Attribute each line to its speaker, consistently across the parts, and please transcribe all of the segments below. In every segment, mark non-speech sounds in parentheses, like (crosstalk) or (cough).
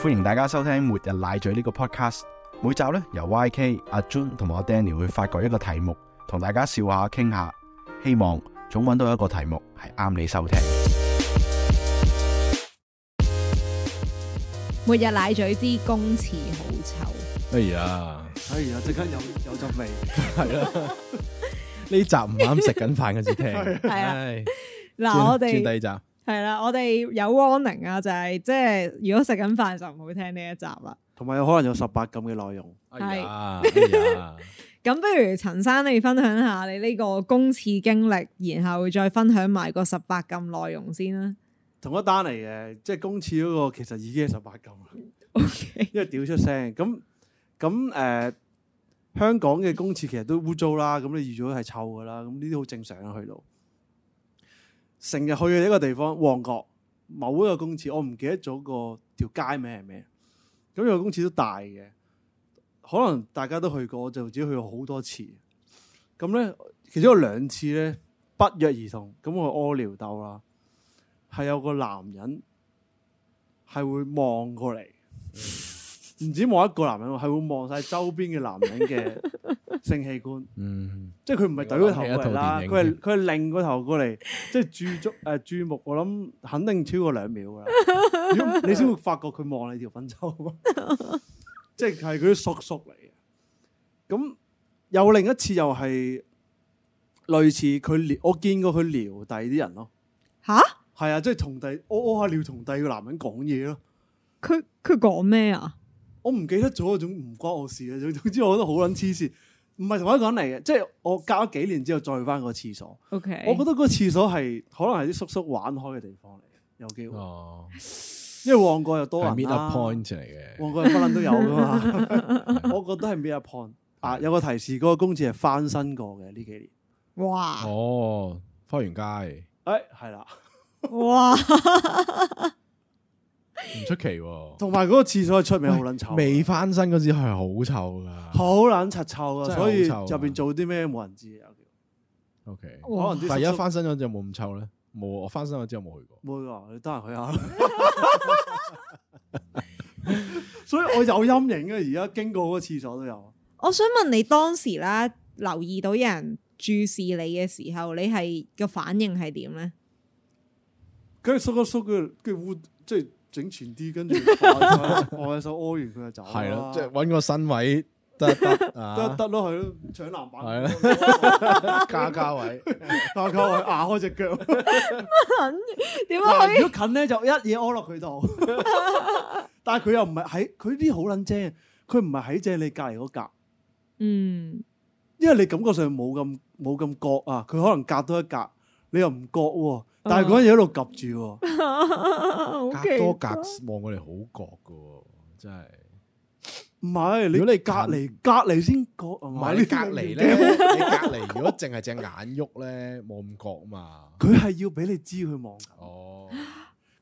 Speaker 1: 歡迎大家收聽《末日奶嘴》呢個 podcast。每集呢，由 YK、阿 Jun 同埋我 Danny 會發掘一個題目，同大家笑下、傾下，希望總揾到一個題目係啱你收聽。
Speaker 2: 末日奶嘴之公廁好
Speaker 3: 哎呀，
Speaker 4: 哎呀，即刻有有陣味，
Speaker 3: 係啦，呢集唔啱食緊飯嘅只聽，
Speaker 2: 係啊
Speaker 3: 唉
Speaker 2: 臭。嗱，我
Speaker 3: 轉第
Speaker 2: 哋
Speaker 3: 二集，
Speaker 2: 係啦，我哋有 warning 啊，就係即係如果食緊飯就唔好聽呢一集啦。
Speaker 4: 同埋有可能有十八禁嘅內容。
Speaker 3: 哎呀，哎呀，
Speaker 2: 咁不如陳生你分享下你呢個公廁經歷，然後再分享埋個十八禁內容先啦。
Speaker 4: 同一單嚟嘅，即係公廁嗰個其實已經係十八禁啦，
Speaker 2: OK，
Speaker 4: 因為屌出聲。咁咁誒，香港嘅公廁其實都污糟啦，咁你預咗係臭噶啦，咁呢啲好正常啊，去到。成日去嘅一個地方，旺角某一個公廁，我唔記得咗個條街名係咩。咁有個公廁都大嘅，可能大家都去過，我就只去過好多次。咁咧，其中有兩次咧不約而同，咁我去屙尿兜啦，係有個男人係會望過嚟，唔止望一個男人喎，係會望晒周邊嘅男人
Speaker 3: (laughs)
Speaker 4: 嘅性器官。
Speaker 3: 嗯，
Speaker 4: 即係佢唔係懟個頭過嚟啦，
Speaker 3: 我諗起一套電
Speaker 4: 佢
Speaker 3: 影
Speaker 4: 係佢係擰個頭過嚟，即係注足誒注目，我諗肯定超過兩秒噶啦。如果你先會發覺佢望你條粉洲，即係係嗰啲叔叔嚟嘅。咁有另一次又係類似佢撩，我見過佢撩第啲人咯，
Speaker 2: 吓？
Speaker 4: 係啊，即係同第屙屙下尿同第二個男人講嘢咯。
Speaker 2: 佢佢講咩啊？
Speaker 4: 我唔記得咗，總唔關我事嘅。總總之我覺得好撚黐線，唔係同一個人嚟嘅，即係我隔咗幾年之後再去翻個廁所。
Speaker 2: OK，
Speaker 4: 我覺得嗰個廁所係可能係啲叔叔玩開嘅地方嚟，有機會，
Speaker 3: 哦，
Speaker 4: 因為旺角又多
Speaker 3: 係
Speaker 4: 人
Speaker 3: meet
Speaker 4: 啦
Speaker 3: up，point 嚟嘅，
Speaker 4: 旺角又不撚都有噶嘛。
Speaker 3: (laughs)
Speaker 4: 我覺得係 meet up point 啊，有個提示，嗰個公廁係翻新過嘅呢幾年。
Speaker 2: 哇
Speaker 3: 哦，花園街
Speaker 4: 誒係啦，
Speaker 2: 哇，
Speaker 3: 唔出奇喎，
Speaker 4: 同埋嗰個廁所係出名好撚臭，啊
Speaker 3: 未翻身嗰時係好臭噶
Speaker 4: 好撚柒臭啊，
Speaker 3: 真係
Speaker 4: 所以
Speaker 3: 好臭啊
Speaker 4: 入邊做啲咩冇人知啊有機
Speaker 3: ，OK，
Speaker 4: 會可能
Speaker 3: 但係而啊
Speaker 4: 啲
Speaker 3: 家
Speaker 4: 叔叔
Speaker 3: 翻身嗰陣有冇咁臭咧？冇，我翻身嗰陣有冇去過，
Speaker 4: 冇啊，你得閒去下 (laughs) 啦。所以我有陰影啊！而家經過嗰個廁所都有。
Speaker 2: 我想問你當時啦，留意到有人注視你嘅時候，你係個反應係點咧？
Speaker 4: 跟住縮一縮，跟住跟住污，即係整全啲，跟住放喺手放喺手屙完佢就走啦。
Speaker 3: 係咯，即係揾個身位得得
Speaker 4: 啊得
Speaker 3: 啊，
Speaker 4: 得咯，係咯，搶
Speaker 3: 係
Speaker 4: 籃板，
Speaker 3: 啦，加加位，
Speaker 4: 大家我牙啊開只腳。
Speaker 2: 點解可
Speaker 4: 嗱，
Speaker 2: 以？
Speaker 4: 如果近咧就一嘢屙落佢度，但係佢又唔係喺，佢啲好撚精，佢唔係喺正你隔離嗰格，
Speaker 2: 嗯，
Speaker 4: 因為你感覺上冇咁冇咁覺啊，佢可能隔多一格，你又唔覺喎，但係嗰陣嘢喺度及
Speaker 2: (laughs)
Speaker 4: 住喎。
Speaker 2: 好
Speaker 3: 隔
Speaker 2: 奇
Speaker 3: 多
Speaker 2: 怪
Speaker 3: 隔望我哋好覺噶喎，真係。
Speaker 4: 唔係，你
Speaker 3: 如果你
Speaker 4: 隔離
Speaker 3: 近
Speaker 4: 隔離先覺，唔
Speaker 3: 唔係你隔離咧，你隔離如果淨係隻眼喐咧，冇咁覺嘛。
Speaker 4: 佢係要俾你知佢望緊。
Speaker 3: 哦，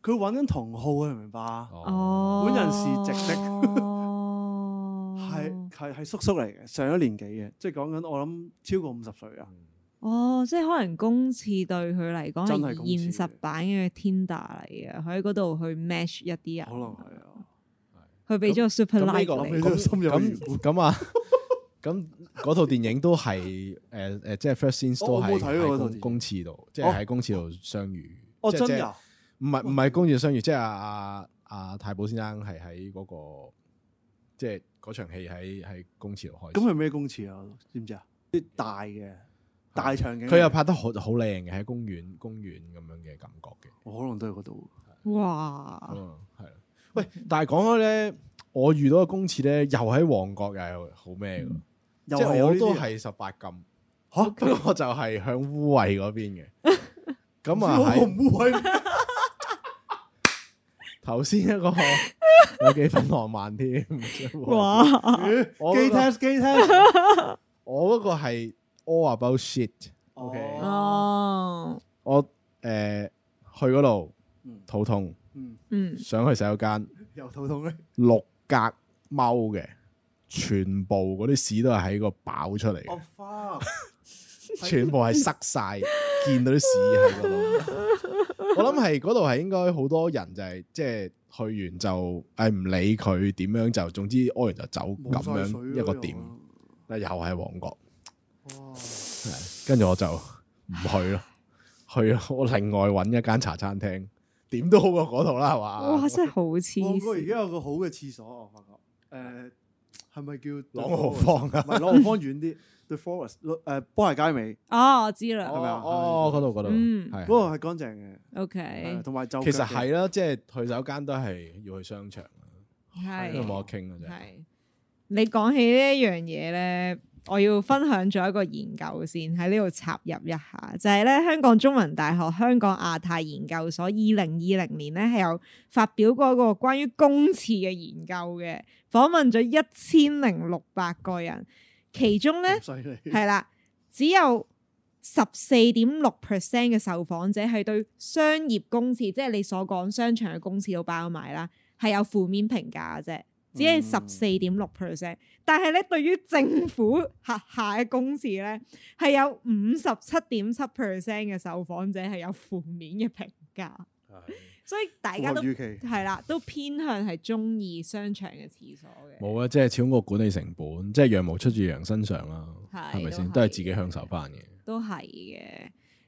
Speaker 4: 佢揾緊同好啊，明唔明白？
Speaker 2: 哦，
Speaker 4: 本人是直的
Speaker 2: 哦，
Speaker 4: 係係係叔叔嚟嘅，上咗年紀嘅，即係講緊我諗超過五
Speaker 2: (laughs)
Speaker 4: 十歲啊。
Speaker 2: (laughs) 哦，即係可能公廁對佢嚟講
Speaker 4: 真係公
Speaker 2: 係現
Speaker 4: 廁
Speaker 2: 實版嘅 Tinder 嚟嘅，佢喺嗰度去 match 一啲
Speaker 4: 可
Speaker 2: 人，
Speaker 4: 能係啊。
Speaker 2: 佢俾咗個 super
Speaker 3: 咁呢
Speaker 2: like
Speaker 3: 個
Speaker 4: 諗起
Speaker 2: 你。
Speaker 4: 都心有餘
Speaker 3: 咁咁啊，咁嗰套電影都係誒誒，即係 first scene 都
Speaker 4: 我
Speaker 3: 係
Speaker 4: 冇睇過嗰套
Speaker 3: 喺
Speaker 4: 電
Speaker 3: 公
Speaker 4: 影
Speaker 3: 公廁度，即係喺公廁度相遇。
Speaker 4: 哦，
Speaker 3: 即係
Speaker 4: 真
Speaker 3: 即係
Speaker 4: 㗎，哦
Speaker 3: 唔係唔係公廁相遇，即係阿阿阿太保先生係喺嗰個，即係嗰場戲喺喺公廁度開始。
Speaker 4: 咁係咩公廁啊？知唔知啊？啲大嘅大場景，
Speaker 3: 佢又拍得好好靚嘅，喺公園公園咁樣嘅感覺嘅。
Speaker 4: 我可能都係嗰度。
Speaker 2: 哇！
Speaker 3: 嗯，係啦。喂，
Speaker 4: 嗯
Speaker 3: 但係講開咧，我遇到嘅公廁咧，又喺旺角，又係好咩嘅，
Speaker 4: 嗯又
Speaker 3: 即
Speaker 4: 係
Speaker 3: 係
Speaker 4: 有
Speaker 3: 我
Speaker 4: 呢
Speaker 3: 都
Speaker 4: 啲啊
Speaker 3: 係十八禁，
Speaker 4: 嚇，
Speaker 3: 不過我就係向污衊嗰邊嘅。
Speaker 4: (laughs)
Speaker 3: 咁啊，
Speaker 4: 我
Speaker 3: 喺
Speaker 4: 唔會
Speaker 3: 頭先一
Speaker 4: (laughs)
Speaker 3: 個有幾分浪漫添。唔知會唔會
Speaker 2: (laughs) 哇！
Speaker 3: 我
Speaker 4: 機
Speaker 3: 嗰個
Speaker 4: test 機 test。
Speaker 3: 我嗰個係 all about shit。OK
Speaker 4: 哦，
Speaker 2: 哦，
Speaker 3: 我誒去嗰度
Speaker 4: 嗯
Speaker 3: 肚痛，
Speaker 4: 嗯，
Speaker 2: 嗯，
Speaker 3: 想去洗手間。
Speaker 4: 又肚 (laughs) 痛咧。
Speaker 3: 六格踎嘅，全部嗰啲屎都係喺個爆出嚟
Speaker 4: 我
Speaker 3: 嘅，
Speaker 4: 花
Speaker 2: (laughs)
Speaker 3: 全部係塞晒，見到啲屎喺嗰度。我諗係嗰度係應該好多人就係即係去完就誒唔理佢點樣就，總之屙完就走咁
Speaker 4: 啊
Speaker 3: 樣一個點，但又係旺角，
Speaker 4: 哇！
Speaker 3: 係跟住我就唔去
Speaker 2: (laughs)
Speaker 3: 咯，去咯我另外揾一間茶餐廳，點都好過嗰度啦，係
Speaker 4: 啊
Speaker 3: 嘛？
Speaker 2: 哇，真係好黐
Speaker 4: 旺角而
Speaker 2: 線。
Speaker 4: 家哦有個好嘅廁所，我發覺誒係咪叫
Speaker 3: 朗豪坊啊
Speaker 4: 唔係朗豪坊遠啲，The Forest 誒波鞋街尾
Speaker 2: 哦，我知啦
Speaker 4: 係咪啊
Speaker 3: 哦，嗰度嗰度
Speaker 2: 嗯
Speaker 4: 嗰
Speaker 3: 係。
Speaker 4: 個係乾淨嘅係啊，
Speaker 2: ，OK，
Speaker 4: 同埋就
Speaker 3: 其實
Speaker 4: 腳嘅
Speaker 3: 係啊啦，即係去酒間都係要去商場，
Speaker 2: 係
Speaker 3: 因為冇得傾嘅啫。
Speaker 2: 係你講起呢一樣嘢咧，我要分享咗一個研究先喺呢度插入一下，就係、咧香港中文大學香港亞太研究所二零二零年咧係有發表過一個關於公廁嘅研究嘅，訪問咗一千零六百個人，其中咧。
Speaker 4: 咁犀利。
Speaker 2: (laughs) 係啦，只有十四點六 percent 嘅受訪者係對商業公廁，即係你所講商場嘅公廁都包埋啦，係有負面評價嘅啫。只
Speaker 4: 嗯
Speaker 2: 係十四點六 percent，但係咧對於政府 (laughs) 轄下嘅公廁咧，係有五十七點七 percent 嘅受訪者係有負面嘅評價，所以大家都
Speaker 4: 符合預期
Speaker 2: 係啦，都偏向係中意商場嘅廁所嘅。
Speaker 3: 冇啊，即係超過管理成本，即係羊毛出自羊身上啦，
Speaker 2: 係
Speaker 3: 係咪先？
Speaker 2: 都
Speaker 3: 都
Speaker 2: 係
Speaker 3: 係自己享受翻嘅。
Speaker 2: 都係嘅。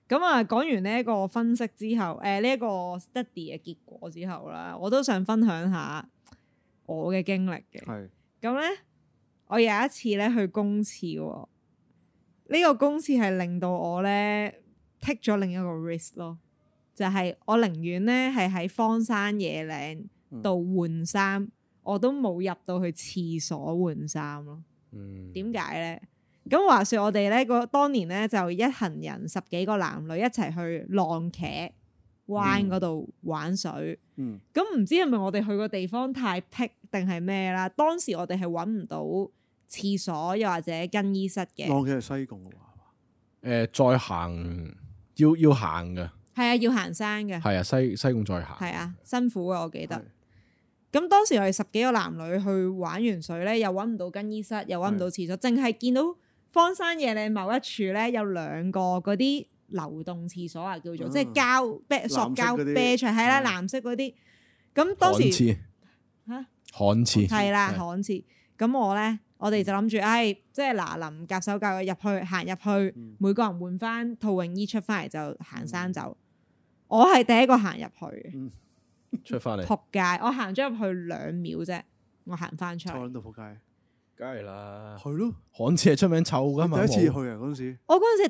Speaker 2: 咁啊，講完呢一個分析之後，誒呢一個 study 嘅結果之後啦，我都想分享下我嘅經歷嘅。
Speaker 4: 係
Speaker 2: 咁咧，我有一次咧去公廁喎，呢、個公廁係令到我咧剔咗另一個 risk 咯，就係、我寧願咧係喺荒山野嶺度換衫，我都冇入到去廁所換衫咯。
Speaker 3: 嗯，
Speaker 2: 點解咧？咁話說我哋咧個當年咧就一行人十幾個男女一齊去浪茄灣嗰度玩水。
Speaker 4: 嗯
Speaker 2: 咁唔、知係咪我哋去個地方太僻定係咩啦？當時我哋係揾唔到廁所又或者更衣室嘅，
Speaker 4: 浪嘅係西貢嘅話，
Speaker 3: 誒，再行要要行嘅，
Speaker 2: 係啊，要行山嘅，
Speaker 3: 係啊，西西貢再行，
Speaker 2: 係啊，辛苦啊，我記得
Speaker 4: 係。
Speaker 2: 咁當時我哋十幾個男女去玩完水咧，又揾唔到更衣室，又揾唔到廁所，淨係見到荒山野嶺某一處咧有兩個嗰啲流動廁所啊，叫做、
Speaker 4: 啊
Speaker 2: 即係膠啤塑膠
Speaker 4: 藍色嗰啲
Speaker 2: 啤出係啦，
Speaker 4: 嗯
Speaker 2: 藍色嗰啲。咁
Speaker 3: 旱
Speaker 2: 當時
Speaker 3: 廁
Speaker 2: 嚇
Speaker 3: 旱廁
Speaker 2: 係啦，旱廁。咁我咧，我哋就諗住，唉，即係嗱臨夾手夾腳入去，行入去，
Speaker 4: 嗯
Speaker 2: 每個人換翻套泳衣出翻嚟就行山走。
Speaker 4: 嗯
Speaker 2: 我係第一個行入去嘅，
Speaker 3: 出翻嚟，
Speaker 2: 仆街！我行咗入去兩秒啫，我行翻出嚟
Speaker 4: 坐。撚到仆街，
Speaker 3: 梗係啦，
Speaker 4: 係咯，
Speaker 3: 旱廁係出名臭噶嘛，
Speaker 4: 第一次去
Speaker 3: 冇
Speaker 4: 啊嗰陣時，
Speaker 2: 我嗰陣時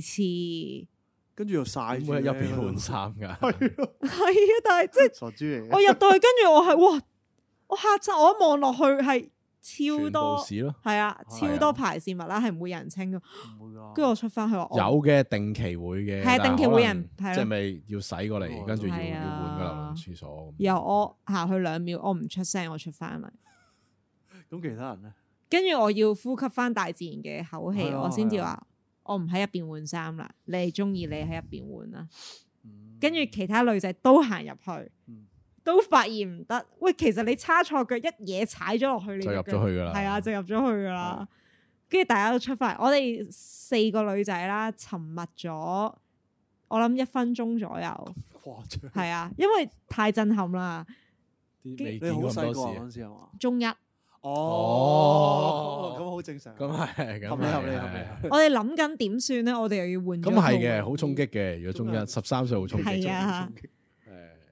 Speaker 2: 係
Speaker 4: 跟住又晒
Speaker 3: 點
Speaker 4: 住
Speaker 3: 會喺入
Speaker 4: 咧
Speaker 3: 邊換衫㗎？
Speaker 4: 啊係咯，
Speaker 2: 第二次，係啊，但係即
Speaker 4: (laughs)
Speaker 2: 係
Speaker 4: 傻豬嚟嘅
Speaker 2: 我。入到去，跟住我係哇，我嚇親，我一望落去係超
Speaker 3: 全部
Speaker 2: 多，
Speaker 3: 屎咯，
Speaker 2: 係啊，
Speaker 4: 係
Speaker 2: 超
Speaker 4: 啊哦
Speaker 2: 多排泄物啦，係唔會有人清嘅。
Speaker 4: 唔會啊㗎
Speaker 2: 跟住我出翻去話我
Speaker 3: 有嘅定期會嘅，
Speaker 2: 係啊
Speaker 3: 但
Speaker 2: 定期會有
Speaker 3: 可能
Speaker 2: 人係咯
Speaker 3: 即係咪要洗過嚟，跟住要
Speaker 2: 係
Speaker 3: 要
Speaker 2: 啊
Speaker 3: 換個流動廁所咁。
Speaker 2: 由我行去兩秒，我唔出聲，我出翻嚟，
Speaker 4: 咁其他人咧，
Speaker 2: 跟住我要呼吸翻大自然嘅口氣，
Speaker 4: 係啊
Speaker 2: 我先至
Speaker 4: 係
Speaker 2: 話我唔喺入邊換衫啦，你哋中意你喺入邊換啦。啊
Speaker 4: 嗯
Speaker 2: 跟住其他女仔都行入去
Speaker 4: 嗯，
Speaker 2: 都發現唔得。喂，其實你叉錯腳一嘢踩咗落去，你
Speaker 3: 就入
Speaker 2: 隻腳
Speaker 3: 咗去㗎啦
Speaker 2: 係啊，就入咗去噶啦。跟住大家都出翻嚟，我哋四個女仔啦，沉默咗，我諗一分鐘左
Speaker 3: (laughs)
Speaker 2: 右，
Speaker 4: 誇張，
Speaker 2: 係啊，因為太震撼啦。
Speaker 3: 啲未
Speaker 4: 你
Speaker 3: 見
Speaker 4: 好
Speaker 3: 過
Speaker 4: 細
Speaker 3: 咁
Speaker 4: 個啊
Speaker 3: 多事
Speaker 4: 嗰
Speaker 3: 啊，
Speaker 4: 陣時係嘛？
Speaker 3: (laughs)
Speaker 2: 中一，我
Speaker 3: 哦
Speaker 4: 咁好正常。
Speaker 3: 咁
Speaker 2: 啊
Speaker 3: 係咁
Speaker 4: 合理
Speaker 3: 係
Speaker 4: 合理
Speaker 3: 係啊
Speaker 4: 合理
Speaker 3: 係
Speaker 4: 合理。
Speaker 2: 哋諗緊點算咧？我哋又要換咗
Speaker 3: 咁係
Speaker 2: 套
Speaker 3: 嘅，
Speaker 2: 泳
Speaker 3: 好衝
Speaker 2: 衣
Speaker 3: 擊。嘅。如果中
Speaker 4: 中
Speaker 3: 一十三歲好衝擊，
Speaker 2: 係啊
Speaker 4: 衝擊，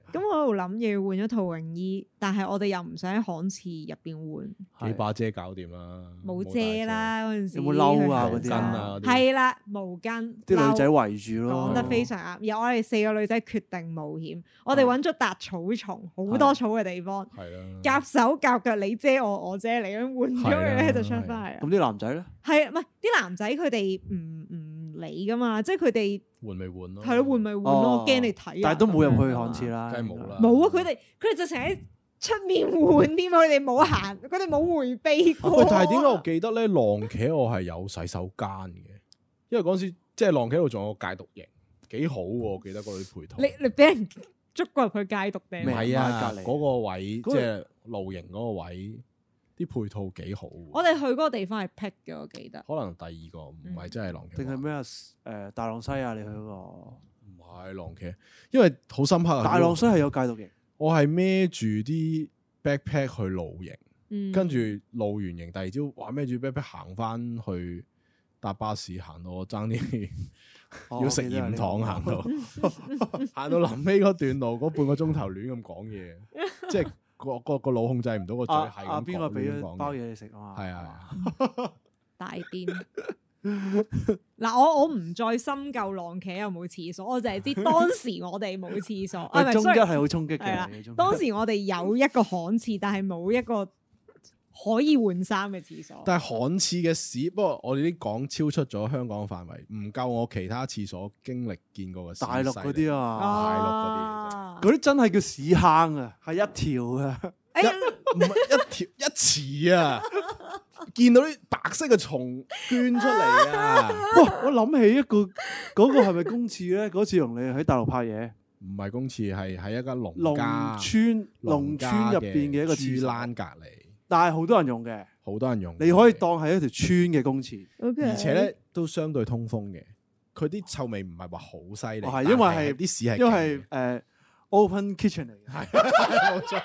Speaker 2: 咁我喺度諗要換咗套泳衣，但係我哋又唔想喺旱廁入邊換。
Speaker 3: 幾把遮搞掂啦，
Speaker 2: 冇
Speaker 3: 大
Speaker 2: 遮啦嗰陣時，
Speaker 4: 有冇褸啊
Speaker 2: 去行
Speaker 4: 嗰啲
Speaker 2: 山
Speaker 3: 啊
Speaker 2: 係啦，毛巾
Speaker 4: 啲女仔
Speaker 2: 褸
Speaker 4: 圍住咯，
Speaker 2: 講得非常啱。而我哋四個女仔決定冒險，我哋
Speaker 4: 啊
Speaker 2: 揾咗笪草叢，好
Speaker 4: 係
Speaker 2: 多草嘅地方，
Speaker 3: 遮，係啦，
Speaker 2: 夾手夾腳，你遮我，我遮你，咁換咗佢
Speaker 3: 係啦
Speaker 2: 咧就出翻嚟啦。
Speaker 4: 咁啲男仔咧，
Speaker 2: 係唔係啲男仔佢哋唔唔理噶嘛？即係佢哋
Speaker 3: 換咪換咯，
Speaker 2: 係咯換咪換咯
Speaker 4: 哦，
Speaker 2: 驚你睇啊。
Speaker 4: 但係都冇入
Speaker 2: 咁
Speaker 4: 去
Speaker 2: 樣啊
Speaker 4: 旱廁啦，
Speaker 3: 嗯梗係冇啦，
Speaker 2: 冇啊！佢哋佢哋直情喺出面換添啊，佢哋冇行，佢哋冇回避過
Speaker 3: 喂
Speaker 2: 啊。，
Speaker 3: 但係點解我記得咧浪茄我係有洗手間嘅，因為嗰陣時即係浪茄度仲有個戒毒營，幾好喎！我記得嗰啲配套，
Speaker 2: 你你俾人捉過入去戒毒定
Speaker 3: 唔
Speaker 4: 咩
Speaker 3: 係啊，
Speaker 4: 隔離
Speaker 3: 嗰個位即
Speaker 4: 嗰個
Speaker 3: 係露營嗰個位，啲配套幾好喎。
Speaker 2: 我哋去嗰個地方係僻嘅，我記得。
Speaker 3: 可能第二個唔係真係浪茄，
Speaker 4: 定係咩啊？誒大浪西啊，你去嗰個
Speaker 3: 唔係浪茄，因為好深刻啊。
Speaker 4: 大浪水係有戒毒嘅，
Speaker 3: 我係孭住啲 backpack 去露營，
Speaker 2: 嗯
Speaker 3: 跟住露完營第二朝，哇孭住 backpack 行翻去搭巴士，行到我爭啲
Speaker 4: 哦
Speaker 3: 要食鹽糖，行到， (laughs) 行到臨尾嗰段路嗰半個鐘頭亂咁講
Speaker 4: (laughs)
Speaker 3: 嘢，即係個個個腦控制唔到個
Speaker 4: 阿
Speaker 3: 嘴係咁
Speaker 4: 阿啊邊個
Speaker 3: 講
Speaker 4: 俾
Speaker 3: 亂
Speaker 4: 咗
Speaker 3: 講
Speaker 4: 包
Speaker 3: 嘢，
Speaker 4: 嘢你食啊嘛？
Speaker 3: 係啊，
Speaker 2: 大癲。 (laughs) 嗱，我我唔再深究浪茄有冇廁所，我就係知當時我哋冇廁所，啊唔
Speaker 4: 喂，
Speaker 2: 係
Speaker 4: 中一
Speaker 2: ，sorry，
Speaker 4: 係好衝擊
Speaker 2: 係啦
Speaker 4: 嘅，
Speaker 2: 當時我哋有一個旱廁，但係冇一個可以換衫嘅廁所。
Speaker 3: 但係旱廁嘅屎，不過我哋啲講超出咗香港範圍，唔夠我其他廁所經歷見過嘅屎
Speaker 4: 大陸嗰
Speaker 3: 犀利
Speaker 4: 啲
Speaker 2: 哦
Speaker 4: 啊，
Speaker 2: 啊
Speaker 4: 嗰啲真係叫屎坑啊，係一條啊。
Speaker 2: 哎呀
Speaker 3: 唔係一條一池啊！見到啲白色嘅蟲捐出嚟啊！
Speaker 4: 哇！我諗起一個嗰個係咪公廁咧？嗰次同你喺大陸拍嘢，
Speaker 3: 唔係公廁，係喺一間農家
Speaker 4: 農村農
Speaker 3: 家
Speaker 4: 村入邊嘅一個廁
Speaker 3: 豬
Speaker 4: 所，
Speaker 3: 欄隔離，
Speaker 4: 但係好多人用嘅，
Speaker 3: 好多人用。
Speaker 4: 你可以，當係一條村嘅公廁，
Speaker 2: ，OK
Speaker 3: 而且咧都相對通風嘅。佢啲臭味唔係話好犀利，
Speaker 4: 哦係因為係
Speaker 3: 但啲屎係勁嘅，
Speaker 4: 因為誒 open kitchen 嚟嘅
Speaker 3: 係冇錯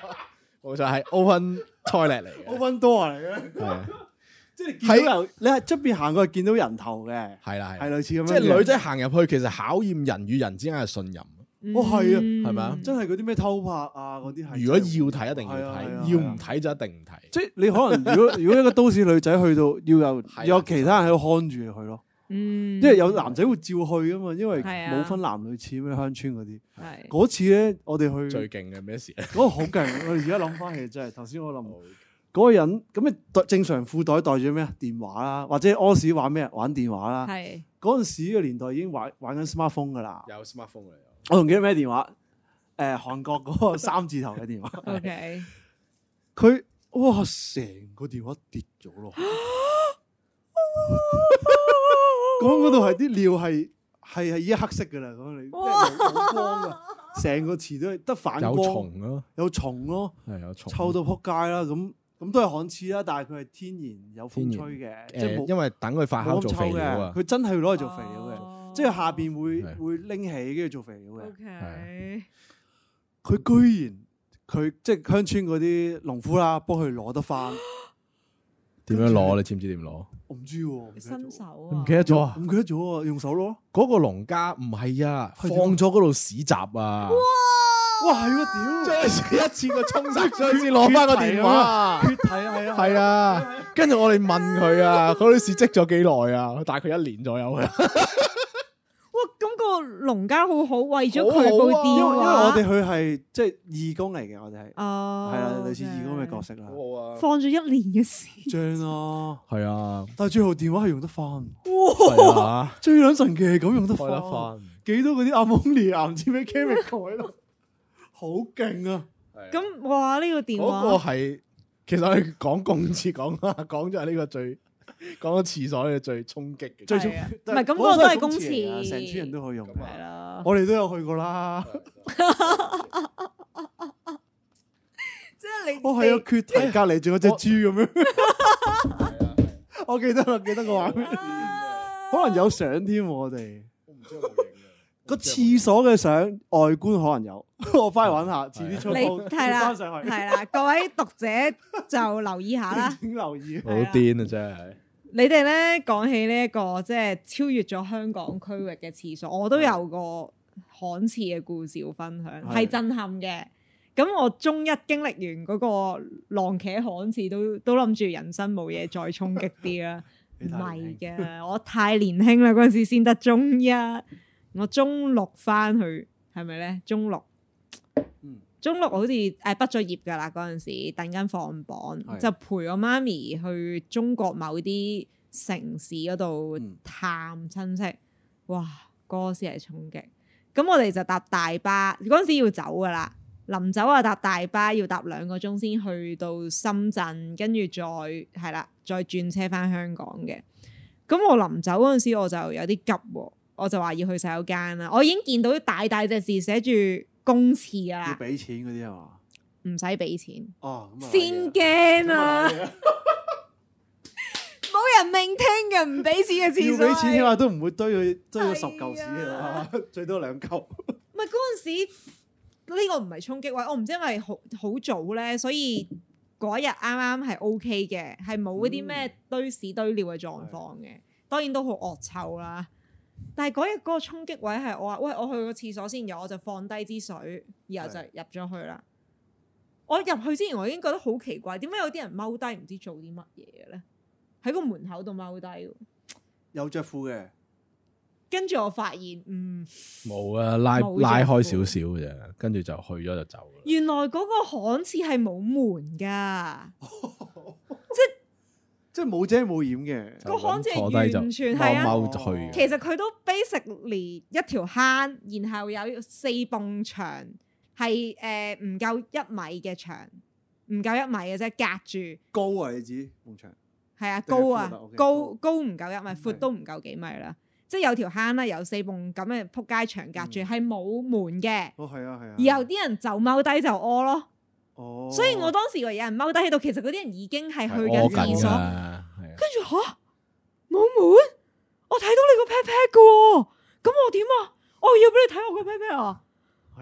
Speaker 3: 冇錯係 open toilet 嚟嘅
Speaker 4: ，open door 嚟嘅，
Speaker 3: 係啊，
Speaker 4: 即係你見到有你喺出邊行過去見到人頭嘅，
Speaker 3: 係啦係
Speaker 4: 係
Speaker 3: 啦，
Speaker 4: 類似咁樣
Speaker 3: 即
Speaker 4: 嘅。
Speaker 3: 係女仔行入去，其實考驗人與人之間嘅信任。
Speaker 4: 哦係啊
Speaker 2: 嗯
Speaker 3: 係咪啊
Speaker 4: 真係嗰啲咩偷拍啊嗰啲係。
Speaker 3: 如果要睇，一定要
Speaker 4: 係啊係啊
Speaker 3: 睇；
Speaker 4: 係
Speaker 3: 要
Speaker 4: 啊
Speaker 3: 唔睇就一定唔睇。
Speaker 4: 即係你可能如果如果一個都市女仔去到要有
Speaker 3: 係啊
Speaker 4: 有其他人喺度看住佢咯，
Speaker 2: 嗯
Speaker 4: 因為有男仔會照去噶嘛，因為
Speaker 2: 係啊
Speaker 4: 冇分男女廁咩鄉村嗰啲。
Speaker 2: 係
Speaker 4: 嗰次咧，我哋去
Speaker 3: 最勁嘅咩事咧？
Speaker 4: 嗰個好勁， (laughs) 我哋而家諗翻起真係頭先
Speaker 3: (laughs)
Speaker 4: 我諗嗰個人咁你袋正常褲袋袋住咩啊？電話啦，或者屙屎玩咩啊？玩電話啦。
Speaker 2: 係
Speaker 4: 嗰陣時嘅年代已經玩玩緊 smartphone 噶啦。
Speaker 3: 有 smartphone 嚟，
Speaker 4: 我仲記得咩電話？誒韓國嗰個三字頭嘅電話。
Speaker 2: OK，
Speaker 4: 佢哇成個電話跌咗咯，講嗰度係啲尿係係係依家黑色噶啦，咁你即係冇冇光噶，成個池都係得反
Speaker 3: 有
Speaker 4: 光，
Speaker 3: 蟲咯，
Speaker 4: 有蟲咯，
Speaker 3: 係有蟲。
Speaker 4: 臭到撲街啦，咁咁都係旱廁啦，但係佢係天然有風吹嘅，即
Speaker 3: 誒，
Speaker 4: 係冇
Speaker 3: 因為等佢發酵
Speaker 4: 冇咁
Speaker 3: 做
Speaker 4: 臭
Speaker 3: 肥料啊
Speaker 4: 嘅，，佢真係攞嚟做肥料嘅，
Speaker 2: 嘅
Speaker 4: 即係下邊會
Speaker 3: 係
Speaker 4: 會拎起跟住做肥料嘅。
Speaker 2: 哦
Speaker 4: 啊
Speaker 2: OK，
Speaker 4: 佢居然佢即係鄉村嗰啲農夫啦，幫佢攞得翻。
Speaker 3: 點樣攞？你知唔知點攞？
Speaker 4: 我唔知喎，唔記得咗
Speaker 2: 新手
Speaker 3: 唔
Speaker 2: 啊
Speaker 3: 記，得咗啊！
Speaker 4: 唔記得咗啊，用手攞。
Speaker 3: 嗰個農家唔係啊，
Speaker 4: 係
Speaker 3: 放
Speaker 4: 點啊
Speaker 3: 咗嗰度市集啊，
Speaker 4: 哇，係喎，屌！
Speaker 3: (laughs) 將佢一次過沖晒水先攞翻個電話啊！
Speaker 4: 血睇啊，係
Speaker 3: (laughs)
Speaker 4: 啊，
Speaker 3: 係啊，跟住我哋問佢啊，嗰啲事積咗幾耐啊？大概一年左右啊。
Speaker 2: 哇！咁個農家好好，為咗
Speaker 3: 好好啊
Speaker 2: 佢部
Speaker 4: 因為因
Speaker 2: 電
Speaker 4: 為
Speaker 2: 話，
Speaker 4: 我哋佢係即係義工嚟嘅，我哋係
Speaker 2: 哦，
Speaker 4: 係啦，類似義工嘅角
Speaker 2: 色，
Speaker 4: 色啦，
Speaker 3: 啊
Speaker 2: 放咗一年嘅事，
Speaker 4: 正咯。
Speaker 3: 係啊，
Speaker 4: 但係最後電話係用得翻，
Speaker 3: 係啊，
Speaker 4: 最撚神奇係咁用得
Speaker 3: 開得
Speaker 4: 翻，
Speaker 3: 翻。
Speaker 4: 幾多嗰啲 ammonia 唔知
Speaker 2: (laughs)
Speaker 4: 咩 chemical 喺度，好勁啊！
Speaker 2: 咁哇呢個電
Speaker 3: 嗰個
Speaker 2: 話
Speaker 3: 係其實我哋講公廁講啦， (laughs) 講咗係呢個最講咗廁所嘅最衝擊嘅。
Speaker 4: 最
Speaker 2: 係
Speaker 4: 重
Speaker 2: 啊
Speaker 4: 但
Speaker 2: 唔係咁
Speaker 4: 嗰個
Speaker 2: 嗰個都係公
Speaker 4: 嚟㗎
Speaker 2: 廁
Speaker 4: 啊成村人都可以用㗎。
Speaker 3: 啊
Speaker 2: 係啦，
Speaker 4: 我哋都有去
Speaker 3: (laughs)
Speaker 4: 過啦，
Speaker 2: 即係你
Speaker 4: 我哦係有啊
Speaker 2: 哋
Speaker 4: 決堤隔離仲有隻豬咁樣，我記得啦，記得個
Speaker 2: (laughs)
Speaker 4: 畫面，
Speaker 2: 啊
Speaker 4: 可能有相添喎我哋。
Speaker 3: 我唔知有冇
Speaker 4: 啊
Speaker 3: (laughs) 影嘅
Speaker 4: 個廁所嘅相外觀可能有， (laughs) 我翻去揾下，遲啲出
Speaker 2: 你
Speaker 4: 鋪
Speaker 2: 係啦
Speaker 4: 翻上去，
Speaker 2: 係啦，各位讀者就留意下啦。
Speaker 4: 請留意。
Speaker 3: 好癲啊！真係
Speaker 2: 你哋咧講起呢、一個即係超越咗香港區域嘅廁所，我都有個罕次嘅故事要分享，
Speaker 4: 係
Speaker 2: 係震撼嘅。咁我中一經歷完嗰個浪茄罕次，都都諗住人生冇嘢再衝擊啲啦。唔
Speaker 4: (laughs) 你太年
Speaker 2: 係嘅，我太年輕啦，嗰陣時先得中一，我中六翻去係咪咧？中六
Speaker 4: 嗯，
Speaker 2: 中六好似誒畢咗業㗎啦，嗰陣時等緊放榜
Speaker 4: 係，
Speaker 2: 就陪我媽咪去中國某啲城市嗰度
Speaker 4: 嗯
Speaker 2: 探親戚，哇！嗰個先係衝擊。咁我哋就搭大巴，嗰陣時要走㗎啦。臨走啊，搭大巴要搭兩個鐘先去到深圳，跟住再係啦，再轉車翻香港嘅。咁我臨走嗰陣時，我就有啲急喎，我就話要去洗手間啦。我已經見到大大隻字寫住公廁
Speaker 4: 要
Speaker 2: 啊，
Speaker 4: 俾錢嗰啲係嘛？
Speaker 2: 唔使俾錢，
Speaker 4: 啊哦，咁啊 (laughs)
Speaker 2: 先驚啊！
Speaker 4: 係啊
Speaker 2: 冇冇人命聽嘅，唔俾錢嘅廁
Speaker 4: 要
Speaker 2: 所。
Speaker 4: 俾錢起啊碼都唔會堆
Speaker 2: 啊
Speaker 4: 佢堆佢十嚿屎
Speaker 2: 係
Speaker 4: 啊 (laughs)
Speaker 2: 啊，
Speaker 4: 最多兩嚿。
Speaker 2: 唔係嗰陣時，呢、個唔係衝擊位，我唔知因為好好早咧，所以嗰一日啱啱係 O K 嘅，係冇嗰啲咩堆屎堆尿嘅狀況嘅，當然都好惡臭啦。但係嗰日嗰個衝擊位係我話，喂，我去個廁所先，然後我就放低支水，然後就入咗去啦。我入去之前，我已經覺得好奇怪，點解有啲人踎低唔知做啲乜嘢嘅咧？喺個門口度踎低喎，
Speaker 4: 有着褲嘅，
Speaker 2: 跟住我發現，嗯。
Speaker 3: 冇啊，拉
Speaker 2: 冇
Speaker 3: 拉
Speaker 2: 着褲
Speaker 3: 開少少嘅啫，跟住就去咗就走啦。
Speaker 2: 原來嗰個旱廁係冇門噶，
Speaker 4: 即係冇遮冇掩嘅。
Speaker 2: 個巷子係
Speaker 3: 坐低就
Speaker 2: 完全係啊
Speaker 3: 踎踎去嘅。
Speaker 2: 其實佢都 basically 一條坑，然後有四埲牆，係誒唔夠一米嘅牆，唔夠一米嘅啫，隔住
Speaker 4: 高啊！你指夢牆
Speaker 2: 係啊
Speaker 4: 定係
Speaker 2: 高啊
Speaker 4: 闊啊，OK，嗯
Speaker 2: 高高唔夠一米，
Speaker 4: 係
Speaker 2: 闊都唔夠幾米啦。即係有條坑啦，有四埲咁嘅撲街牆隔住，係冇門嘅。
Speaker 4: 哦，嗯係啊，係啊。
Speaker 2: 然後啲人就踎低就屙咯，
Speaker 4: 哦，
Speaker 2: 所以我當時以為有人踎低喺度，其實嗰啲人已經係去緊
Speaker 3: 屙
Speaker 2: 廁
Speaker 3: 緊
Speaker 2: 所。
Speaker 3: 㗎，係啊。
Speaker 2: 跟住吓冇門，我睇到你個 pat pat 嘅喎，咁我點啊？我要俾你睇我個 pat pat 啊！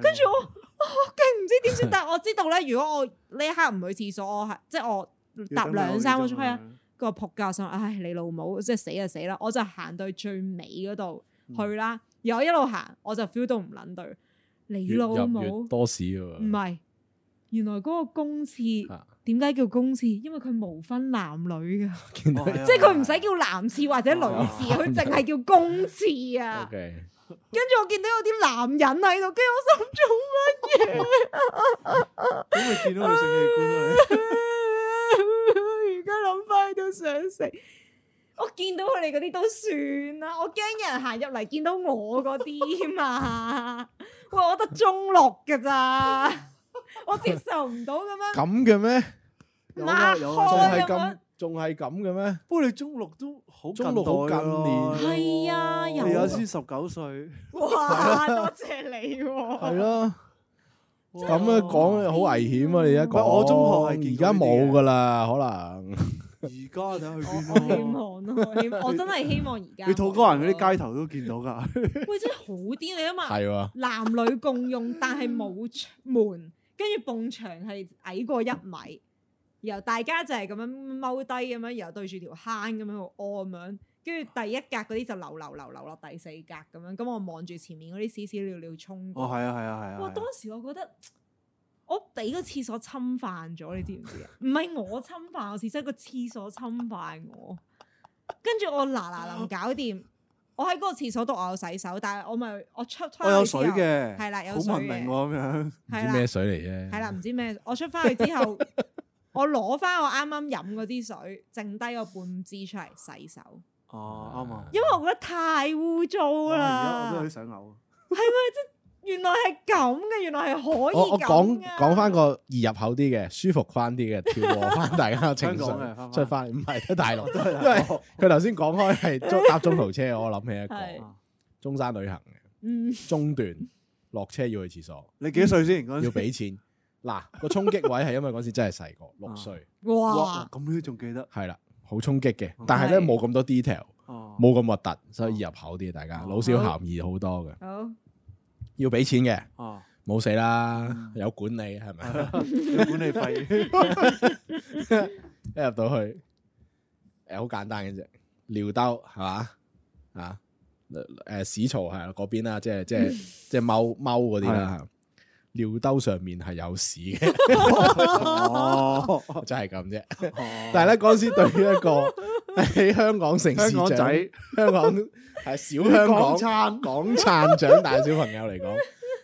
Speaker 2: 跟住我，哦我勁唔知點算， (laughs) 但係我知道咧，如果我呢一刻唔去廁所，我係即係我搭兩三個鐘去啊，個仆街我心諗，唉，你老母，即係死就死啦！我就行到最尾嗰度去啦，而我一路行，我就 feel 到唔撚對，你
Speaker 3: 越
Speaker 2: 老
Speaker 3: 入
Speaker 2: 母
Speaker 3: 越多屎嘅喎。
Speaker 2: 唔係，原來嗰個公廁
Speaker 3: 啊
Speaker 2: 點解叫公廁？因為佢無分男女㗎。
Speaker 3: 見到
Speaker 4: 啊
Speaker 2: (laughs) 即係佢唔使叫男廁或者女
Speaker 4: 哦
Speaker 2: 廁，佢淨係叫公廁啊
Speaker 3: O。K， (laughs)
Speaker 2: 跟住我見到有啲男人喺度，跟住我心做乜嘢？
Speaker 4: 咁咪見到佢性器
Speaker 2: (laughs)
Speaker 4: 官啊！
Speaker 2: 而家諗翻都想食。我見到佢哋嗰啲都算啦，我驚有人行入嚟見到我嗰啲嘛。 (laughs) 喂，我得中六㗎咋， (laughs) 我接受唔到咁樣
Speaker 3: 咁嘅咩？
Speaker 4: 有啊
Speaker 2: 擘
Speaker 4: 有
Speaker 3: 仲
Speaker 4: 啊，
Speaker 2: 開咁
Speaker 3: 係
Speaker 2: 樣
Speaker 3: 咁，。仲係咁嘅咩？
Speaker 4: 不過你中六都好
Speaker 3: 中六好
Speaker 4: 代㗎
Speaker 2: (laughs)
Speaker 4: 咯
Speaker 3: 近
Speaker 2: 年係啊有
Speaker 4: 你有先十九歲，
Speaker 2: 哇，多謝你
Speaker 3: 係啊
Speaker 2: 喎。
Speaker 3: 咯，咁
Speaker 4: 啊
Speaker 3: 樣講好危險啊！你而家
Speaker 4: 唔係
Speaker 3: 講，
Speaker 4: 我中學係
Speaker 3: 而
Speaker 4: 見到
Speaker 3: 家
Speaker 4: 呢啲嘅
Speaker 3: 冇噶啦，可能
Speaker 4: 而家睇下去邊啊
Speaker 2: 我希
Speaker 4: 咯。
Speaker 2: 望咯，
Speaker 4: (laughs)
Speaker 2: 我希望我真係希望而家。
Speaker 4: 你土瓜灣嗰啲街頭都見到㗎，
Speaker 2: 喂，真係好癲你啊嘛！
Speaker 3: 係喎。
Speaker 2: 男女共用，但係冇牆門，跟住埲牆係矮過一米，然後大家就係咁樣踎低咁樣，然後對住條坑咁樣喺度屙咁樣，跟住第一格嗰啲就流流流流落第四格咁樣，咁我望住前面嗰啲屎屎尿尿衝過，
Speaker 4: 哦係啊係啊係啊
Speaker 2: 哇！
Speaker 4: 係
Speaker 2: 當
Speaker 4: 啊，
Speaker 2: 時我覺得。我俾個廁所侵犯咗，你知唔知啊？唔係我侵犯我廁所，係個廁所侵犯我。跟住我嗱嗱臨搞掂，我喺嗰個廁所度我有洗手，但係我咪我出
Speaker 4: 我有水嘅，
Speaker 2: 係啦有水嘅
Speaker 4: 好文明喎咁樣，
Speaker 3: 唔
Speaker 2: 係
Speaker 3: 知
Speaker 2: 啦
Speaker 3: 咩水嚟啫。
Speaker 2: 係啦，唔知咩，我出翻去之後， (laughs) 我攞翻我啱啱飲嗰支水，剩低個半支出嚟洗手，
Speaker 4: 哦啱啊，
Speaker 2: 因為我覺得太污糟
Speaker 4: 哇而家我都有啲
Speaker 2: 啦。
Speaker 4: 想嘔。
Speaker 2: 原來係咁嘅，原來係可以
Speaker 3: 我我講
Speaker 2: 咁㗎
Speaker 3: 講翻個易入口啲嘅，舒服翻啲嘅，調和翻大家嘅情
Speaker 4: 香港嘅翻
Speaker 3: 緒，
Speaker 4: 返
Speaker 3: 出翻嚟唔係喺大陸。
Speaker 4: 都係
Speaker 3: 因為佢頭先講開係中搭中途車，我諗起一
Speaker 2: 係
Speaker 3: 個中山旅行嘅
Speaker 2: 嗯，
Speaker 3: 中段落車要去廁所，
Speaker 4: 你幾歲先嗰陣
Speaker 3: 要
Speaker 4: 時？
Speaker 3: 俾錢。嗱個衝擊位係因為嗰時真係細個，六歲
Speaker 4: 哇！
Speaker 2: 哇，
Speaker 4: 咁你都仲記得？
Speaker 3: 係啦，好衝擊嘅，但係咧
Speaker 2: 係
Speaker 3: 冇咁多 detail。
Speaker 4: 哦，
Speaker 3: 冇咁核突，所以入口啲大家
Speaker 4: 哦
Speaker 3: 老少咸宜好多嘅，
Speaker 2: 好
Speaker 3: 要俾錢嘅，
Speaker 4: 哦，
Speaker 3: 冇死啦
Speaker 4: 嗯，
Speaker 3: 有管理係咪？
Speaker 4: (laughs) 有管理費
Speaker 3: 一入到去，誒好簡單嘅啫，尿兜係嘛啊？誒屎槽係啊啦嗰邊啦，即係即係
Speaker 4: 嗯
Speaker 3: 即係踎踎嗰啲啦，尿兜上面係有屎
Speaker 4: (laughs)
Speaker 3: 嘅，
Speaker 4: 哦，
Speaker 3: 真係咁啫。
Speaker 4: 但
Speaker 3: 但係咧嗰陣時對於一個
Speaker 4: (laughs)
Speaker 3: 喺香港城市
Speaker 4: 香港
Speaker 3: 長
Speaker 4: 仔
Speaker 3: 香 (laughs) 港係小香港
Speaker 4: 港餐
Speaker 3: 港撐長大小朋友嚟 (laughs) 講，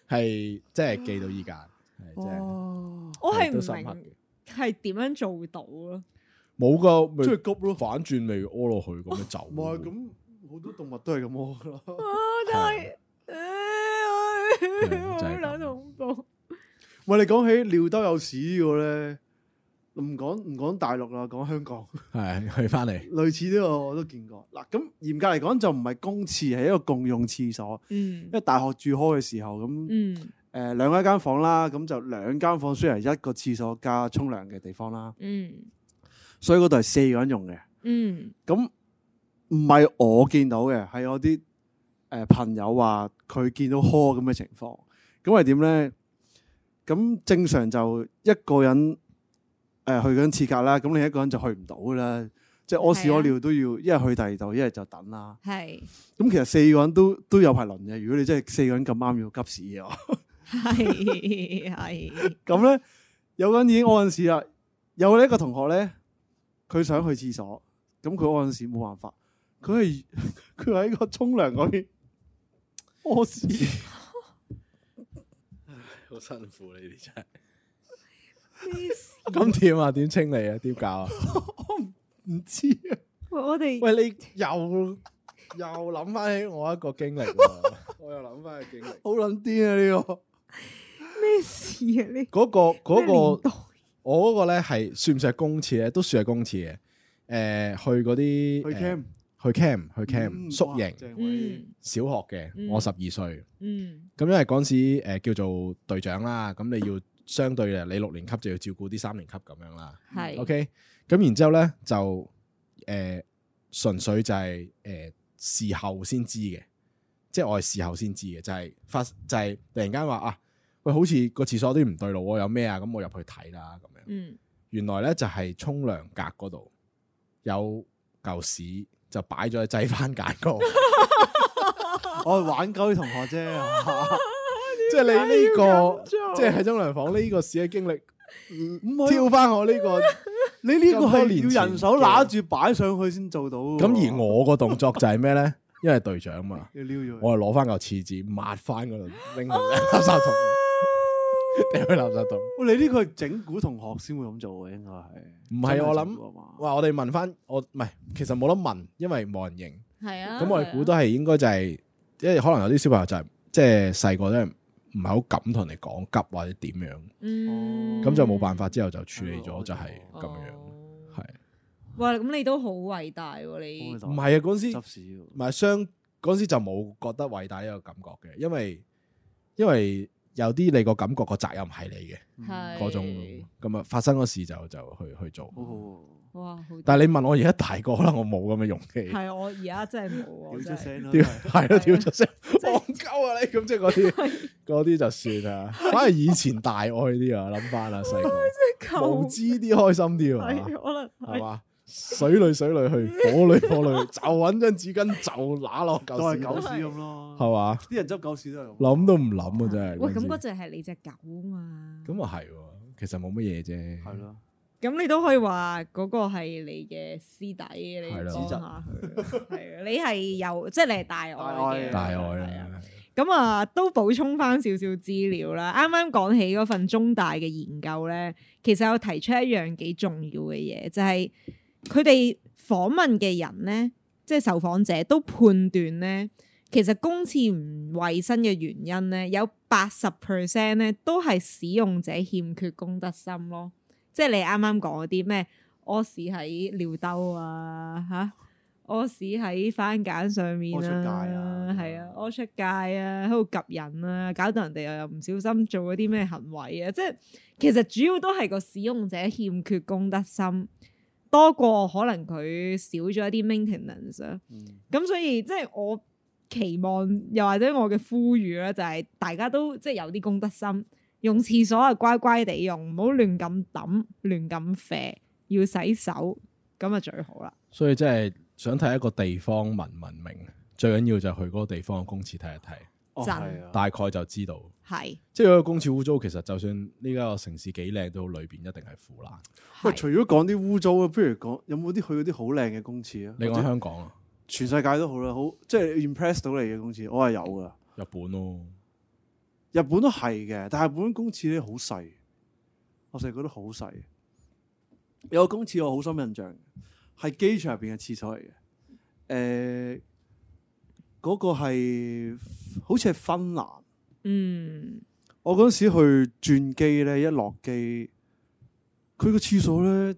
Speaker 3: 係即係記到依家，係真係
Speaker 4: 哦，
Speaker 2: 我係唔
Speaker 3: 都深刻嘅
Speaker 2: 明係點樣做到咯？
Speaker 3: 冇個咪
Speaker 4: 即係急咯，
Speaker 3: 反轉咪屙落去咁樣走。
Speaker 4: 唔係咁，好多動物都係咁屙噶啦。
Speaker 2: 啊，但係，
Speaker 3: 係
Speaker 2: 唉
Speaker 3: 就
Speaker 2: 好
Speaker 3: 係咁
Speaker 2: 撚恐怖。
Speaker 4: 喂，你講起尿兜有屎嘅咧，唔講唔講大陸啦，講香港，
Speaker 3: 係去翻嚟，
Speaker 4: 類似呢個我都見過。嗱，咁嚴格嚟講就唔係公廁，係一個共用廁所。
Speaker 2: 嗯
Speaker 4: 因為大學住開嘅時候咁，誒、
Speaker 2: 嗯
Speaker 4: 兩間間房啦，咁就兩間房雖然係一個廁所加沖涼嘅地方啦，
Speaker 2: 嗯
Speaker 4: 所以嗰度係四個人用嘅。
Speaker 2: 嗯
Speaker 4: 咁唔係我見到嘅，係我啲誒、呃朋友話佢見到呵咁嘅情況。咁係點咧？咁正常就一個人誒、呃去緊次格啦，咁另一個人就去唔到噶啦。即係屙屎
Speaker 2: 係啊
Speaker 4: 屙尿都要一係去第二度，一係就等啦。
Speaker 2: 係
Speaker 4: 咁其實四個人都都有排輪嘅。如果你真係四個人咁啱要急屎嘅話，
Speaker 2: 係係
Speaker 4: 咁咧有個人已經屙緊屎啦。有一個同學咧，佢想去廁所，咁佢屙緊屎冇辦法，佢係 (laughs) 佢喺個沖涼嗰邊屙屎，
Speaker 3: 好辛苦呢啲真係。
Speaker 2: 咩事
Speaker 3: 咁點啊？點清理啊？點搞啊？
Speaker 4: 唔知啊，
Speaker 2: 喂我哋
Speaker 3: (laughs) 喂，你又又諗翻起我一個經歷喎， (laughs) 我又諗翻起經歷。
Speaker 4: 好撚癲啊呢個！
Speaker 2: 咩事啊？呢
Speaker 3: 嗰、個嗰、個
Speaker 2: 咩年代
Speaker 3: 我嗰個咧係算唔算係公廁咧？都算係公廁嘅。誒、去嗰啲
Speaker 4: 去 cam
Speaker 3: 誒去 cam 去 cam
Speaker 4: 嗯
Speaker 3: 宿
Speaker 4: 哇
Speaker 3: 營
Speaker 4: 正位
Speaker 2: 嗯
Speaker 3: 小學嘅，
Speaker 2: 嗯
Speaker 3: 我十二歲。
Speaker 2: 嗯
Speaker 3: 咁因為嗰陣時誒叫做隊長啦，咁你要相對嘅，你六年級就要照顧啲三年級咁樣啦。
Speaker 2: 係
Speaker 3: 嗯 OK，咁然之後咧就誒純粹就係誒事後先知嘅，即係我係事後先知嘅，就係發就係突然間話啊，喂，好似個廁所啲唔對路喎，有咩啊？咁我入去睇啦，咁樣。
Speaker 2: 嗯
Speaker 3: 原來咧就係沖涼格嗰度有嚿屎，就擺咗喺擠番梘
Speaker 2: (laughs)
Speaker 3: 嗰度。
Speaker 4: 我係玩鳩啲同學啫，
Speaker 3: 即係你呢、
Speaker 2: 做
Speaker 3: 個，即係喺中糧房呢個事嘅經歷，
Speaker 4: 唔
Speaker 3: 挑
Speaker 4: 係
Speaker 3: 翻我呢、個。
Speaker 4: 你呢個
Speaker 3: 咁多年前
Speaker 4: 係要人手揦住擺上去先做到㗎喎。
Speaker 3: 咁而我啊個動作就係咩咧？因為隊長嘛，
Speaker 4: 要撩咗佢，
Speaker 3: 我係攞翻嚿廁紙抹翻嗰度，拎去垃圾桶， (laughs) 掉去垃圾桶。
Speaker 4: 喂你呢個係整蠱同學先會咁做嘅，應該係。
Speaker 3: 唔係我
Speaker 4: 真係整蠱啊
Speaker 3: 諗，
Speaker 4: 嘛
Speaker 3: 哇！我哋問翻我，唔係其實冇得問，因為冇人認。
Speaker 2: 係啊
Speaker 3: 咁我哋估都係應該就係，因為可能有啲小朋友就係即係細個都係唔係好敢同你講急或者點樣，
Speaker 2: 嗯
Speaker 3: 咁就冇辦法，之後就處理咗，就係
Speaker 4: 哦
Speaker 3: 咁樣。
Speaker 2: 哦
Speaker 3: 係
Speaker 2: 哇！咁你都好偉大喎，你
Speaker 4: 好偉大
Speaker 3: 唔係啊？嗰陣時
Speaker 4: 執屎喎
Speaker 3: 唔係相嗰陣時就冇覺得偉大呢個感覺嘅，因為因為有啲你個感覺個責任係你嘅
Speaker 2: 係
Speaker 3: 嗰種咁啊，發生嗰事就就去去做。
Speaker 4: 好好喎。
Speaker 2: 哇！好
Speaker 3: 但係你問我而家大個啦，我冇咁嘅勇氣，
Speaker 2: 係啊我而家真係冇
Speaker 4: 屌
Speaker 2: 喎，
Speaker 4: 出
Speaker 2: 真係 (laughs)
Speaker 4: 聲
Speaker 3: (laughs)
Speaker 4: 啦
Speaker 3: 屌
Speaker 4: 真係啊
Speaker 3: 係咯，
Speaker 2: 係
Speaker 3: 屌
Speaker 2: (laughs)
Speaker 3: 咗聲，
Speaker 2: 真係
Speaker 3: 戇鳩啊你咁即係
Speaker 2: (laughs)
Speaker 3: 嗰啲嗰啲就算啦。反而以前大愛啲啊，諗
Speaker 2: (laughs)
Speaker 3: 翻啊細個無
Speaker 2: 夠
Speaker 3: 知啲開心啲啊
Speaker 2: 係
Speaker 3: 係
Speaker 2: (laughs)
Speaker 3: 嘛，
Speaker 2: 可能
Speaker 3: 係
Speaker 2: 係
Speaker 3: 嘛？水裏水裏去，火裏火裏去，就揾張紙巾就揦落
Speaker 4: 都
Speaker 3: 嚿
Speaker 4: 係
Speaker 3: 屎
Speaker 4: 狗
Speaker 3: 度，
Speaker 4: 屎咁咯。
Speaker 3: 係嘛？
Speaker 4: 啲人執狗屎都係咁。
Speaker 3: 諗都唔諗啊！
Speaker 2: (laughs)
Speaker 3: 真係。
Speaker 2: 喂，咁
Speaker 3: 嗰
Speaker 2: 嗰
Speaker 3: 陣
Speaker 2: 隻係你只狗嘛？
Speaker 3: 時咁啊係喎，其實冇乜嘢啫。
Speaker 4: 係咯，
Speaker 2: 咁你都可以話嗰個係你嘅師弟，你
Speaker 3: 係啦
Speaker 2: 幫下佢，
Speaker 3: (laughs)
Speaker 2: 係啊你係有即係你係大愛嘅
Speaker 3: 大愛
Speaker 2: 係啊
Speaker 3: 啦，
Speaker 2: 咁啊，都補充翻少少資料啦。啱啱講起嗰份中大嘅研究咧，其實有提出一樣幾重要嘅嘢，就係佢哋訪問嘅人咧，即係受訪者都判斷咧，其實公廁唔衞生嘅原因咧，有八十 percent 咧都係使用者欠缺公德心咯。即係你啱啱講嗰啲咩屙屎喺尿兜啊嚇，屙屎喺番梘上面
Speaker 4: 屙出街
Speaker 2: 啊
Speaker 4: 啊，
Speaker 2: 係啊，屙出街啊，喺度及人啊，搞到人哋又唔小心做嗰啲咩行為啊，即係其實主要都係個使用者欠缺公德心，多過可能佢少咗一啲 maintenance 啊。
Speaker 4: 嗯
Speaker 2: 咁所以即係我期望，又或者我嘅呼籲咧，就係、大家都即係有啲公德心，用廁所啊乖乖地用，唔好亂咁抌、亂咁啡，要洗手咁啊最好啦。
Speaker 3: 所以真係想睇一個地方文唔文明，最緊要就係去嗰個地方嘅公廁睇一睇，
Speaker 4: 哦
Speaker 2: 真
Speaker 4: 係啊
Speaker 3: 大概就知道。
Speaker 2: 係，
Speaker 3: 即係如果個公廁污糟，其實就算呢家個城市幾靚，都裏邊一定係腐爛。
Speaker 4: 喂，
Speaker 2: 係
Speaker 4: 除咗講啲污糟啊，不如講有冇啲去嗰啲好靚嘅公廁啊？
Speaker 3: 你
Speaker 4: 或
Speaker 3: 講
Speaker 4: 者
Speaker 3: 香港啊，
Speaker 4: 全世界都好啦，好即係 impress 到你嘅公廁，我係有噶。
Speaker 3: 日本咯，
Speaker 4: 日本都係嘅，但係日本公廁咧好細，我成日覺得好細。有個公廁我好深印象，係機場入邊嘅廁所嚟嘅。誒、嗰、個係好似係芬蘭。
Speaker 2: 嗯
Speaker 4: 我嗰陣時去轉機咧，一落機，佢個廁所咧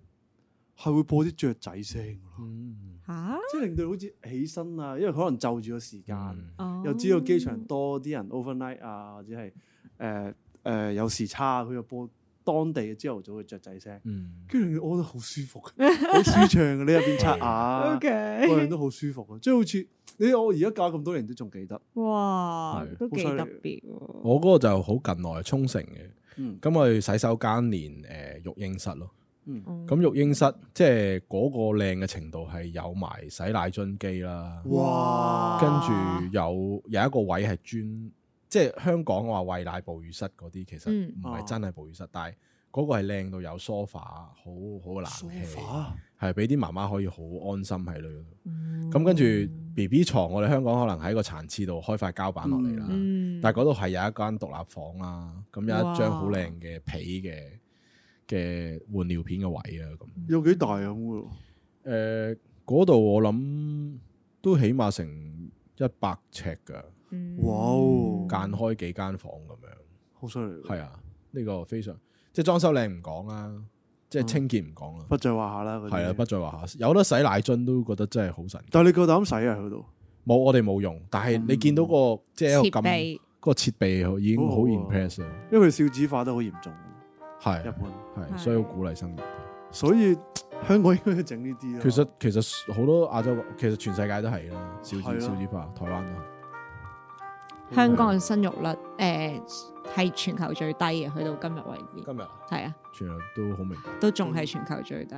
Speaker 4: 係會播啲雀仔聲㗎咯，
Speaker 3: 嗯，
Speaker 2: 嚇，
Speaker 4: 即係令到你好似起身啊，因為可能就住個時間，
Speaker 3: 嗯
Speaker 2: 哦
Speaker 4: 又知道機場多啲人 overnight 啊，或者係誒誒有時差，佢又播當地嘅朝頭早嘅雀仔聲，
Speaker 3: 嗯，
Speaker 4: 跟住我覺得好舒服，啊好舒暢嘅。你入邊
Speaker 3: (laughs)
Speaker 4: 刷牙
Speaker 2: O，K，
Speaker 4: 個人都好舒服啊嘅，即係好似你我而家教咁多年都仲記得。
Speaker 2: 哇，
Speaker 3: 係
Speaker 2: 都幾
Speaker 4: 好犀利
Speaker 2: 特別喎。
Speaker 3: 我嗰個就好近來沖繩嘅，
Speaker 4: 嗯
Speaker 3: 咁我去洗手間連誒育嬰室咯。
Speaker 4: 嗯
Speaker 2: 咁
Speaker 3: 咁育嬰室即係嗰個靚嘅程度係有埋洗奶樽機啦，
Speaker 4: 哇
Speaker 3: 跟住有有一個位係專即係香港話喂奶哺乳室嗰啲，其實
Speaker 2: 嗯
Speaker 3: 唔係真係哺乳室，但係嗰個係靚到有 sofa，好好冷氣，
Speaker 4: sofa
Speaker 3: 係俾啲媽媽可以好安心喺裏度。
Speaker 2: 嗯
Speaker 3: 咁跟住 B B 床，我哋香港可能喺個殘廁度開塊膠板落嚟啦，
Speaker 2: 嗯，
Speaker 3: 但係嗰度係有一間獨立房啦，咁有一張好
Speaker 2: 哇
Speaker 3: 靚嘅被嘅嘅換尿片嘅位啊，咁
Speaker 4: 有幾大咁嘅喎？
Speaker 3: 誒呃嗰度我諗都起碼成一百尺㗎，
Speaker 2: 嗯
Speaker 4: 哇哦
Speaker 3: 間開幾間房咁樣，
Speaker 4: 好犀利，
Speaker 3: 係啊，呢、個非常即係裝修靚唔講啦，即係清潔唔講啦，
Speaker 4: 不在話下啦。嗰啲
Speaker 3: 係啊，不在話下，有得洗奶樽都覺得真係好神奇。
Speaker 4: 但係你夠膽洗啊？佢度
Speaker 3: 冇，我哋冇用，但
Speaker 4: 嗯
Speaker 3: 係你見到個即係一個
Speaker 2: 設
Speaker 3: 咁
Speaker 2: 備
Speaker 3: 個設備已經好
Speaker 4: 好好啊
Speaker 3: impress 啦，
Speaker 4: 因為佢少子化得好嚴重，日
Speaker 3: 係
Speaker 4: 本，
Speaker 3: 係，
Speaker 2: 係
Speaker 3: 所以好鼓勵生
Speaker 4: 啊
Speaker 3: 育。
Speaker 4: 所以香港應該整呢啲啊。
Speaker 3: 其實其實好多亞洲國，其實全世界都係啦，少
Speaker 4: 係啊
Speaker 3: 子
Speaker 4: 咯
Speaker 3: 少子化，台灣都係。
Speaker 2: 香港嘅生育率誒係全球最低嘅，去到今日為止，
Speaker 3: 今日
Speaker 2: 係啊，
Speaker 3: 全日都好明白。
Speaker 2: 都仲係全球最低。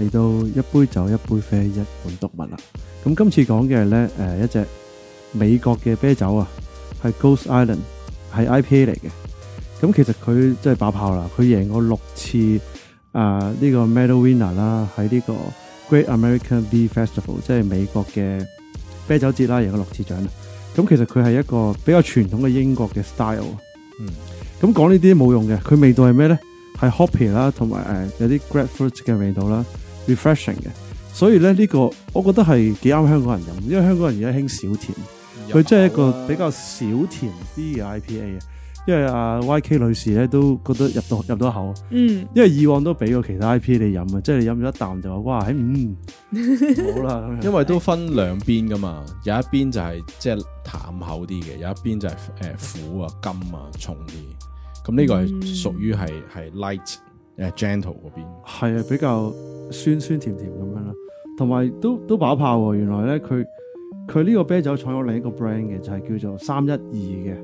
Speaker 4: 嚟到一杯酒、一杯啡、一本讀物啦。咁今次講嘅係咧誒一隻美國嘅啤酒啊，係 Ghost Island，係 IPA 嚟嘅。咁其實佢真係爆炮啦，佢贏過六次啊呢、個 Medal Winner 啦，喺呢個 Great American Beer Festival，即係美國嘅啤酒節啦，贏過六次獎啦。咁其實佢係一個比較傳統嘅英國嘅 style 啊。
Speaker 3: 嗯，
Speaker 4: 咁講呢啲冇用嘅，佢味道係咩咧？係 hoppy 啦，同埋誒有啲 grapefruit 嘅味道啦，refreshing 嘅。所以咧呢、個我覺得係幾啱香港人飲，因為香港人而家興小甜，
Speaker 3: 啊
Speaker 4: 佢真係一個比較少甜啲嘅 IPA 啊。因為啊 YK 女士咧都覺得入到入到口，啊
Speaker 2: 嗯，
Speaker 4: 因為以往都俾過其他 IPA 你飲啊，即係你飲咗一啖就話哇，喺嗯好啦咁樣，
Speaker 3: 因為都分兩邊噶嘛，有一邊就係即係淡口啲嘅，有一邊就係誒苦啊、甘啊、重啲。咁呢個係
Speaker 2: 嗯
Speaker 3: 屬於係係 light 誒 gentle 嗰邊。
Speaker 4: 係啊，比較酸酸甜甜咁樣啦，同埋都都把炮喎。原來咧，佢佢呢個啤酒廠有另一個 brand 嘅，就係、叫做三一二嘅。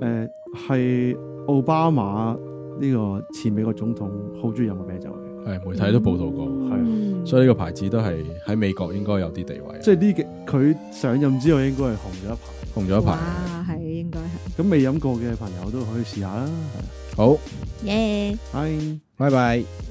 Speaker 4: 誒、係奧巴馬呢個前美國總統好中意飲嘅啤酒嚟
Speaker 3: 係媒體都報道過，啊
Speaker 2: 係
Speaker 3: 所以呢個牌子都係喺美國應該有啲地位，啊
Speaker 4: 嘅，即係呢幾佢上任之後應該係紅咗一排。
Speaker 3: 紅咗一排。
Speaker 2: 哇，係應該係
Speaker 4: 咁未飲過嘅朋友都可以試下啦。
Speaker 3: 好，
Speaker 2: 耶。
Speaker 4: 係，
Speaker 3: 拜拜。